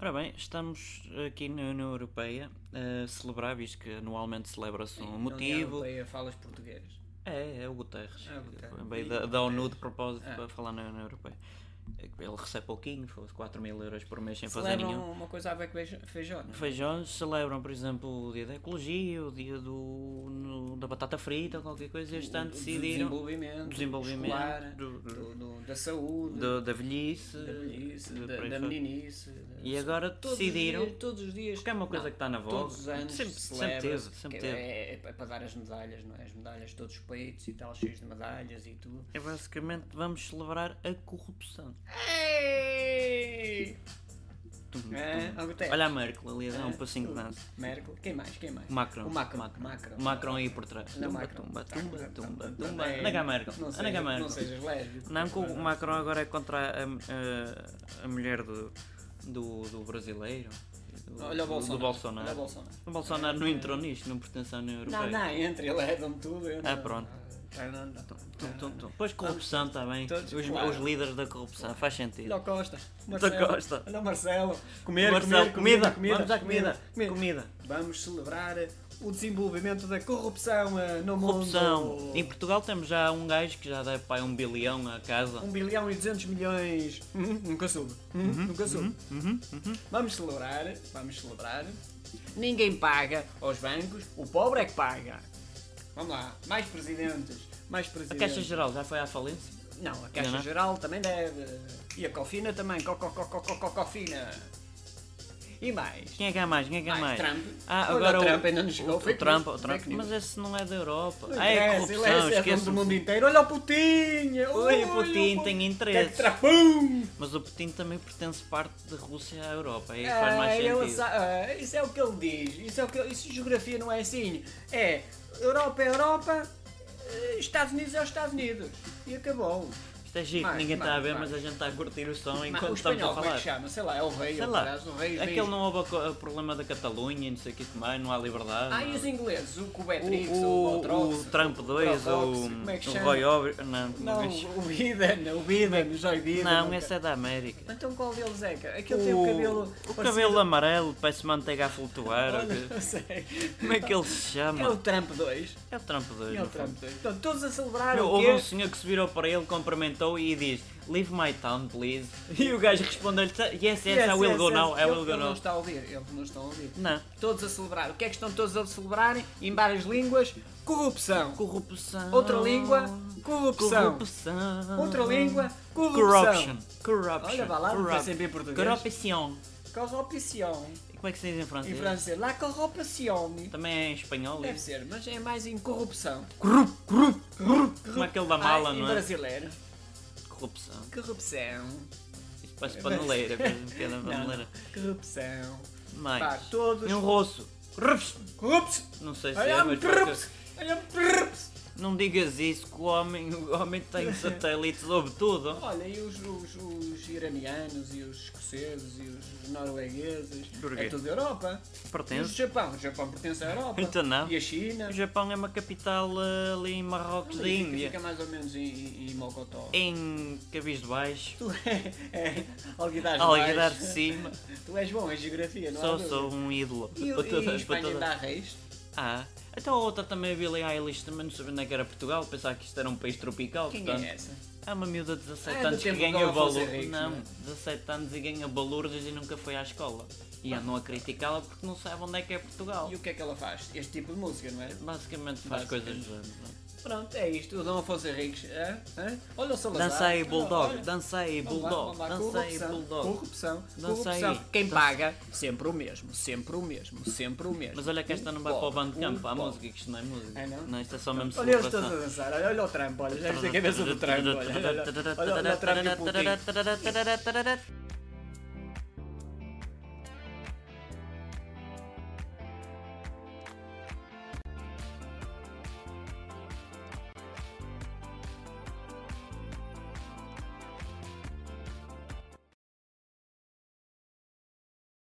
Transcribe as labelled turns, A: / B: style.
A: Ora bem, estamos aqui na União Europeia a celebrar, visto que anualmente
B: então
A: celebra-se
B: é
A: um
B: União
A: motivo.
B: Europeia falas português.
A: É, é o Guterres.
B: É o Guterres.
A: Veio
B: E
A: da, da ONU de propósito
B: Ah.
A: para falar na União Europeia. É Ele recebe pouquinho, fosse 4 mil euros por mês sem fazer
B: Celebram
A: nenhum.
B: uma coisa a ver com beijo- feijão. não é?
A: Feijões celebram, por exemplo, o dia da ecologia, o dia do, no- da batata frita, qualquer coisa. Este ano
B: Do
A: decidiram
B: desenvolvimento,
A: desenvolvimento,
B: escolar,
A: do- do-
B: do- do- da saúde,
A: do- da velhice.
B: da velhice,
A: de-
B: da,
A: por aí
B: da
A: fora.
B: meninice. da-
A: E agora
B: todos os
A: decidiram.
B: dias- todos os dias.
A: Porque é uma coisa
B: Não,
A: que está na voga.
B: Todos os anos
A: Sempre-
B: se
A: sempre
B: celebra.
A: teve, sempre
B: que é-
A: teve.
B: É, é para dar as medalhas, não é? As medalhas de todos os países e tal, cheios de medalhas e tudo.
A: É basicamente vamos celebrar a corrupção.
B: Ei!
A: Tum, tum.
B: É, ó, Guterres.
A: Uhum. Olha a Merkel ali a dar um
B: É,
A: passinho de
B: tudo.
A: dança.
B: Merkel, quem mais? Quem mais?
A: O Macron.
B: O Macron.
A: Macron.
B: Macron.
A: O Macron aí por trás.
B: Não,
A: Tumba,
B: Macron.
A: tumba,
B: Tá,
A: tumba,
B: tá,
A: tumba,
B: tá,
A: tumba.
B: tá,
A: Ana
B: é,
A: Merkel.
B: Não
A: Ana
B: sejas,
A: Gamerco.
B: não sejas lésbico.
A: Não, que o Macron agora é contra a, a- a mulher do, do, do brasileiro. Do,
B: Olha
A: do-
B: o
A: Do
B: Bolsonaro.
A: Bolsonaro.
B: Olha o Bolsonaro. É.
A: O Bolsonaro não entrou nisto, não pertence à União
B: Não,
A: Europeia.
B: não, entra, ele é de tudo. eu
A: Ah,
B: não-
A: pronto.
B: Ah, não, não.
A: Tum, tum, tum. Pois corrupção também.
B: Todos-
A: os,
B: claro.
A: os líderes da corrupção, faz sentido.
B: Olha o Costa.
A: Da Costa.
B: Olha o Marcelo. Comer,
A: Marcelo,
B: comer, comida,
A: comida, vamos à comida, comida.
B: Vamos celebrar o desenvolvimento da corrupção eh, no
A: Corrupção.
B: mundo.
A: Em Portugal temos já um gajo que já deve para um bilhão à casa.
B: 1 bilhão e 200 milhões. Uhum, nunca soube. Uhum, nunca soube. Vamos celebrar, vamos celebrar. Ninguém paga aos bancos, o pobre é que paga. Vamos lá, mais presidentes, mais
A: A
B: presidentes.
A: Caixa Geral já foi à falência?
B: Não, a Caixa
A: Ainda não?
B: Geral também deve. E a Cofina também, co- co- co- co- co- co- Cofina. E mais.
A: Quem é que há mais? Quem é que há
B: Mais
A: mais?
B: Trump.
A: Ah,
B: Olha,
A: agora
B: o
A: o
B: Trump ainda não chegou.
A: o
B: Fake
A: Trump,
B: news,
A: o Trump.
B: fake news.
A: Mas esse não é da Europa.
B: Não
A: Ah, é
B: interessa, ele é
A: corrupção,
B: cidadão
A: esquece.
B: do mundo inteiro. Olha o Putinha!
A: Oi, o Putin tem
B: É
A: interesses.
B: Trapum!
A: Mas o Putin também pertence parte da Rússia à Europa. Aí faz mais
B: Ah, ele
A: sentido.
B: sa- ah, isso é o que ele diz. Isso, é o que, ele- isso geografia não é assim. É Europa é Europa, eh, Estados Unidos é os Estados Unidos. E acabou.
A: Isto é giro, que
B: Mais,
A: ninguém está a
B: mais,
A: ver,
B: mais.
A: mas a gente está a curtir o som
B: Mas
A: enquanto
B: o
A: estamos
B: espanhol,
A: a
B: como é
A: falar.
B: que chama? Sei lá, é o rei,
A: Sei
B: o
A: lá,
B: caralho, o rei, os
A: aquele
B: reis.
A: não houve o co- o problema da Catalunha e não sei o que mais, não há liberdade.
B: Ah,
A: não
B: e
A: há-
B: os ingleses? O Cubetrix,
A: o,
B: o,
A: o,
B: Botrox,
A: o Trump 2,
B: Protox,
A: o,
B: como é que
A: o
B: chama?
A: Roy Over. Não,
B: Não,
A: não,
B: o Biden, o Biden, o Joe Biden.
A: não
B: nunca.
A: esse é da América.
B: Então qual deles é? que- Aquele tem o cabelo...
A: o
B: parecido-
A: cabelo amarelo, parece manteiga a flutuar. ou
B: Olha,
A: que-
B: não sei.
A: Como é que ele se
B: É o
A: chama?
B: Trump 2.
A: É o Trump 2.
B: É o Trump 2. Estão todos a celebrar
A: Meu,
B: o
A: houve
B: quê?
A: um senhor que se virou para ele, cumprimentou e diz Leave my town, please. E o gajo respondeu-lhe "Tá, Yes, yes, I will go now, I
B: Ele-
A: will go
B: Ele não
A: now.
B: está a ouvir, ele não está a ouvir.
A: Não.
B: Todos a celebrar. O que é que estão todos a celebrarem? Em várias línguas, corrupção.
A: Corrupção.
B: Outra língua, corrupção.
A: Corrupção.
B: Outra língua,
A: Corruption.
B: corrupção.
A: Corruption.
B: Olha, vá lá, não
A: Corrup-
B: vai saber português.
A: Corruption.
B: Corrupção.
A: E Como é que se diz em francês?
B: Em francês, la corruption.
A: Também é em espanhol.
B: Deve
A: isso?
B: ser, mas é mais em corrupção.
A: Corrup, corrup, corrup. Como
B: Corrup-
A: aquele da mala,
B: Ah, em
A: não é?
B: brasileiro.
A: Corrupção.
B: Corrupção.
A: Isso parece paneleira. parece um bocado
B: É Não,
A: paneleira.
B: Corrupção. Pá,
A: Mais.
B: todos.
A: E um roço. Corruption.
B: Corruptos.
A: Não sei se
B: I
A: é,
B: am
A: mas...
B: corrupts. I am corrupts.
A: Não digas isso, que o homem, o homem tem satélites sobre tudo.
B: Olha, e os, os- os iranianos, e os escoceses, e os noruegueses,
A: Porquê?
B: é tudo Europa. E o
A: Pertence.
B: Japão, o Japão pertence à Europa.
A: Então não.
B: E a China.
A: O Japão é uma capital eh, ali em Marrocos da
B: Ali fica-
A: Índia.
B: Fica mais ou menos em, em, em Mocotó.
A: É. Em Cabis de Baixo,
B: Tu é, é Alguidar
A: Alguidar de Cima.
B: Tu és bom em geografia, não
A: Só
B: há dúvida.
A: sou um ídolo. para
B: E, e em
A: todas, para
B: Espanha ainda
A: todas.
B: há reis.
A: Ah, então a outra também, a Billie Eilish, também não sabia onde é que era Portugal, pensava que isto era um país tropical.
B: Quem
A: portanto,
B: é essa?
A: Há uma miúda de 17
B: Ah, é do
A: anos que
B: tempo do
A: ganha
B: Afonso
A: balurdas.
B: Henriques,
A: Não,
B: não é?
A: 17 anos e ganha balurdas e nunca foi à escola. E andam a criticá-la porque não sabe onde é que é Portugal.
B: Ah. E o que é que ela faz? Este tipo de música, não é?
A: Basicamente faz coisas do género. não é?
B: Pronto, é isto. O Dom Afonso Henriques. hã? Hã? Olha o Salazar.
A: Dança aí,
B: Olha,
A: Bulldog,
B: olha.
A: dança aí,
B: Vamos lá,
A: Bulldog,
B: vamos lá.
A: dança aí, Bulldog.
B: Corrupção,
A: Dança aí.
B: corrupção. Quem
A: Dança.
B: paga, sempre o mesmo, sempre o mesmo, sempre o mesmo. Um
A: Mas olha que esta não vai para o Bandcamp, há música, que isto não é música.
B: É, não?
A: isto é só mesmo
B: Olha eles todos a
A: celebração.
B: dançar, olha, olha o trampo, olha, já viste a cabeça do trampo, olha, olha, olha, olha, olha o trampo e o putinho.
A: olha.